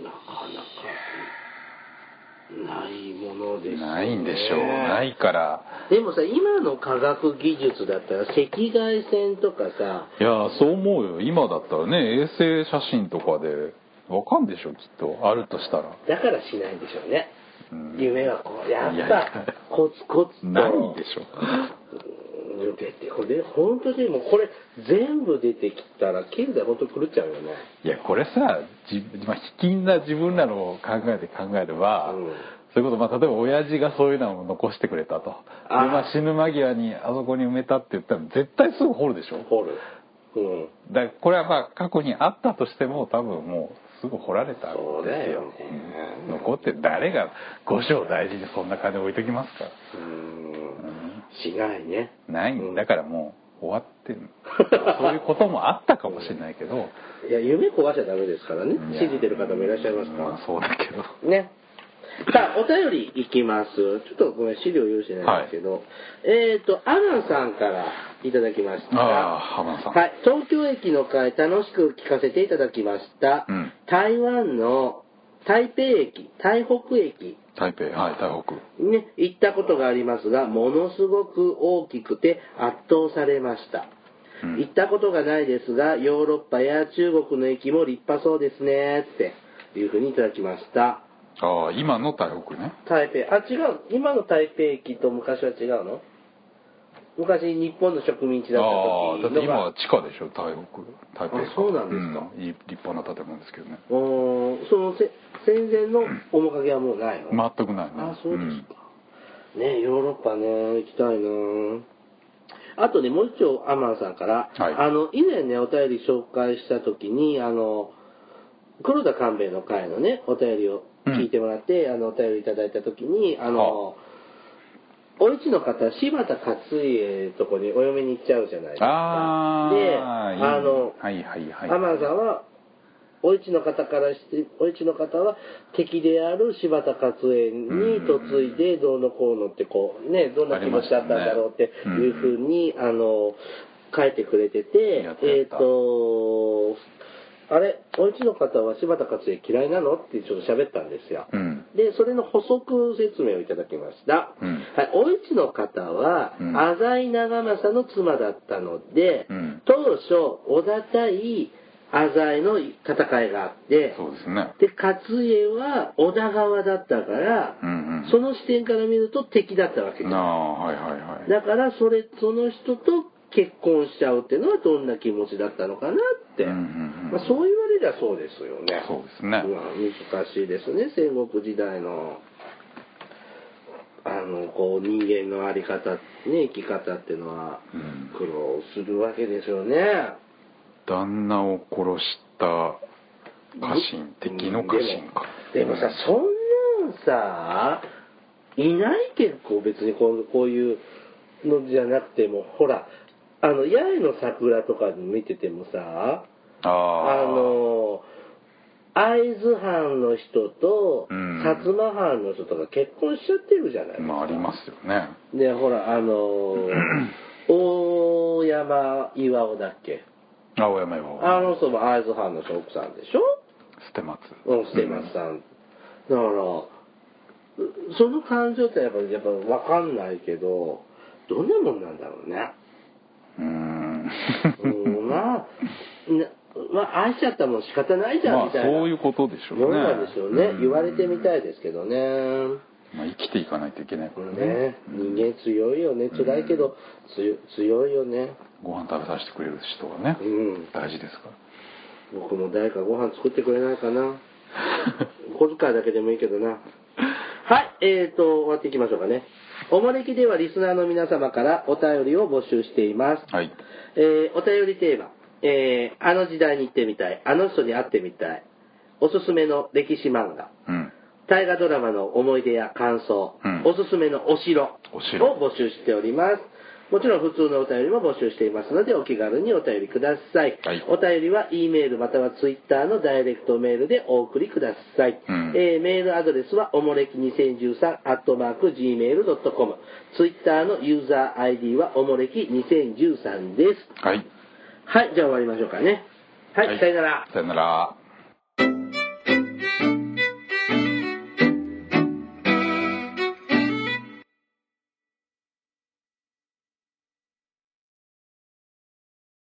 [SPEAKER 1] なかなか、ないものですよね
[SPEAKER 2] ないんでしょうないから
[SPEAKER 1] でもさ、今の科学技術だったら、赤外線とかさ、
[SPEAKER 2] いやーそう思うよ今だったらね衛星写真とかでわかんでしょきっとあるとしたら
[SPEAKER 1] だからしないんでしょうね。
[SPEAKER 2] うん
[SPEAKER 1] 夢はこう、や
[SPEAKER 2] いや
[SPEAKER 1] っ
[SPEAKER 2] いや
[SPEAKER 1] ぱ、コツコツと。
[SPEAKER 2] ないでしょ
[SPEAKER 1] うん出てこれ、本当でもこれ、全部出てきたら、経済本当狂っちゃうよね。
[SPEAKER 2] いやこれさじ、まあ、卑近な自分らのを考えて考えれば、
[SPEAKER 1] うん
[SPEAKER 2] それこそ、まあ、例えば親父がそういうのを残してくれたとで、
[SPEAKER 1] あー
[SPEAKER 2] まあ、死ぬ間際にあそこに埋めたって言ったら絶対すぐ掘るでしょ
[SPEAKER 1] ホール。うん。
[SPEAKER 2] だからこれはまあ過去にあったとしても多分もうすぐ掘られたん
[SPEAKER 1] そう
[SPEAKER 2] で
[SPEAKER 1] だ
[SPEAKER 2] す
[SPEAKER 1] よ
[SPEAKER 2] よ
[SPEAKER 1] ね
[SPEAKER 2] うん残って誰が五章大事にそんな金置いときますか
[SPEAKER 1] うーんしないね。
[SPEAKER 2] ない
[SPEAKER 1] うん
[SPEAKER 2] んだからもう終わって
[SPEAKER 1] (laughs)
[SPEAKER 2] るそういうこともあったかもしれないけど
[SPEAKER 1] いや、夢壊しちゃダメですからね。信じてる方もいらっしゃいます
[SPEAKER 2] うん
[SPEAKER 1] か
[SPEAKER 2] そうだ
[SPEAKER 1] (laughs)
[SPEAKER 2] けど
[SPEAKER 1] ら。ね。さあ、お便りいきます。ちょっとごめん、資料用意してないんですけど。えっ、と、アナさんからいただきました。
[SPEAKER 2] ああ浜田さん、
[SPEAKER 1] はい。東京駅の会楽しく聞かせていただきました。
[SPEAKER 2] うん
[SPEAKER 1] 台湾の台北駅、台北駅
[SPEAKER 2] 台北はい台北
[SPEAKER 1] ね、行ったことがありますが、ものすごく大きくて圧倒されました。
[SPEAKER 2] うん
[SPEAKER 1] 行ったことがないですが、ヨーロッパや中国の駅も立派そうですね、っていうふうにいただきました。
[SPEAKER 2] ああ今の台北ね
[SPEAKER 1] 台北、あ、違う。今の台北駅と昔は違うの昔日本の植民地だった
[SPEAKER 2] ああだ
[SPEAKER 1] 時
[SPEAKER 2] って
[SPEAKER 1] の
[SPEAKER 2] 今は
[SPEAKER 1] が
[SPEAKER 2] 地下でしょ台北台北
[SPEAKER 1] あそうなんですか
[SPEAKER 2] うんいい立派な建物ですけどね
[SPEAKER 1] うーんそのせ戦前の面影はもうないの、
[SPEAKER 2] 全くないね
[SPEAKER 1] あそうですか、ねヨーロッパね行きたいなあとねもう一丁アマンさんから、
[SPEAKER 2] はい
[SPEAKER 1] あの以前ねお便り紹介した時にあの黒田官兵衛の会のねお便りを聞いてもらって、あのお便りいただいた時にあの、お市の方柴田勝家とこにお嫁に行っちゃうじゃないですか
[SPEAKER 2] ああ
[SPEAKER 1] で
[SPEAKER 2] いい
[SPEAKER 1] あの
[SPEAKER 2] はいはいはい
[SPEAKER 1] アマンさんはお市の方からしてお市の方は敵である柴田勝家に嫁いでどうのこうのってこうねどんな気持ちだったんだろうっていうふうにあの書いてくれてて
[SPEAKER 2] やったや
[SPEAKER 1] え
[SPEAKER 2] っ
[SPEAKER 1] ったとあれお家の方は柴田勝家嫌いなのってちょっと喋ったんですよ、
[SPEAKER 2] うん
[SPEAKER 1] でそれの補足説明をいただきました、
[SPEAKER 2] うん
[SPEAKER 1] はい、お市の方は、
[SPEAKER 2] うん
[SPEAKER 1] 浅井長政の妻だったので、
[SPEAKER 2] うん
[SPEAKER 1] 当初小田対浅井の戦いがあって
[SPEAKER 2] そうですね
[SPEAKER 1] で勝家は織田側だったから、
[SPEAKER 2] うんうん
[SPEAKER 1] その視点から見ると敵だったわけです
[SPEAKER 2] ああはいはいはい
[SPEAKER 1] だからそれその人と結婚しちゃうっていうのはどんな気持ちだったのかなって、
[SPEAKER 2] うんうんうん
[SPEAKER 1] まあ、そう言われりゃそうですよね
[SPEAKER 2] そうですね
[SPEAKER 1] うわ難しいですね戦国時代のあのこう人間のあり方ね生き方っていうのは
[SPEAKER 2] うん
[SPEAKER 1] 苦労するわけでしょうね、
[SPEAKER 2] 旦那を殺した家臣敵の家臣か
[SPEAKER 1] でもでもさそんなんさいない結構別にこうこういうのじゃなくてもほらあの八重の桜とか見ててもさ
[SPEAKER 2] ああ
[SPEAKER 1] あの会津藩の人と
[SPEAKER 2] うん
[SPEAKER 1] 薩摩藩の人とか結婚しちゃってるじゃないですか、
[SPEAKER 2] まあありますよね
[SPEAKER 1] でほらあ
[SPEAKER 2] (clears throat)
[SPEAKER 1] の大山岩尾だっけ
[SPEAKER 2] 青山よ
[SPEAKER 1] あの人も会津藩の人奥さんでしょ
[SPEAKER 2] 捨て松
[SPEAKER 1] うん、捨松さん、だからうその感情ってやっぱやっぱ分かんないけどどんなもんなんだろうね
[SPEAKER 2] うーん
[SPEAKER 1] うん
[SPEAKER 2] (laughs)
[SPEAKER 1] まあ (laughs) なまあ愛しちゃったもん仕方ないじゃん
[SPEAKER 2] まあ
[SPEAKER 1] みたいな、
[SPEAKER 2] そういうことでしょうね
[SPEAKER 1] 世の中でしょうね、
[SPEAKER 2] ん
[SPEAKER 1] 言われてみたいですけどね、
[SPEAKER 2] まあ、生きていかないといけないからね
[SPEAKER 1] ね人間強いよね辛いけど、強強いよね
[SPEAKER 2] ご飯食べさせてくれる人がね、
[SPEAKER 1] うん
[SPEAKER 2] 大事ですか
[SPEAKER 1] 僕も誰かご飯作ってくれないかな
[SPEAKER 2] ら
[SPEAKER 1] お小遣いだけでもいいけどなはいえーと終わっていきましょうかねおもれきではリスナーの皆様からお便りを募集しています
[SPEAKER 2] (laughs) はい
[SPEAKER 1] えーお便りテーマ、えーあの時代に行ってみたいあの人に会ってみたいおすすめの歴史漫画
[SPEAKER 2] うん
[SPEAKER 1] 大河ドラマの思い出や感想、
[SPEAKER 2] うん
[SPEAKER 1] おすすめのお城を
[SPEAKER 2] お城
[SPEAKER 1] 募集しております。もちろん普通のお便りも募集していますのでお気軽にお便りください。
[SPEAKER 2] はい
[SPEAKER 1] お便りは E メールまたは Twitter のダイレクトメールでお送りください。
[SPEAKER 2] うん
[SPEAKER 1] えーメールアドレスはおもれき2013 gmail.com。Twitter のユーザー ID はおもれき2013です。
[SPEAKER 2] はい
[SPEAKER 1] はい、じゃあ終わりましょうかね。はい、さよなら。
[SPEAKER 2] さよなら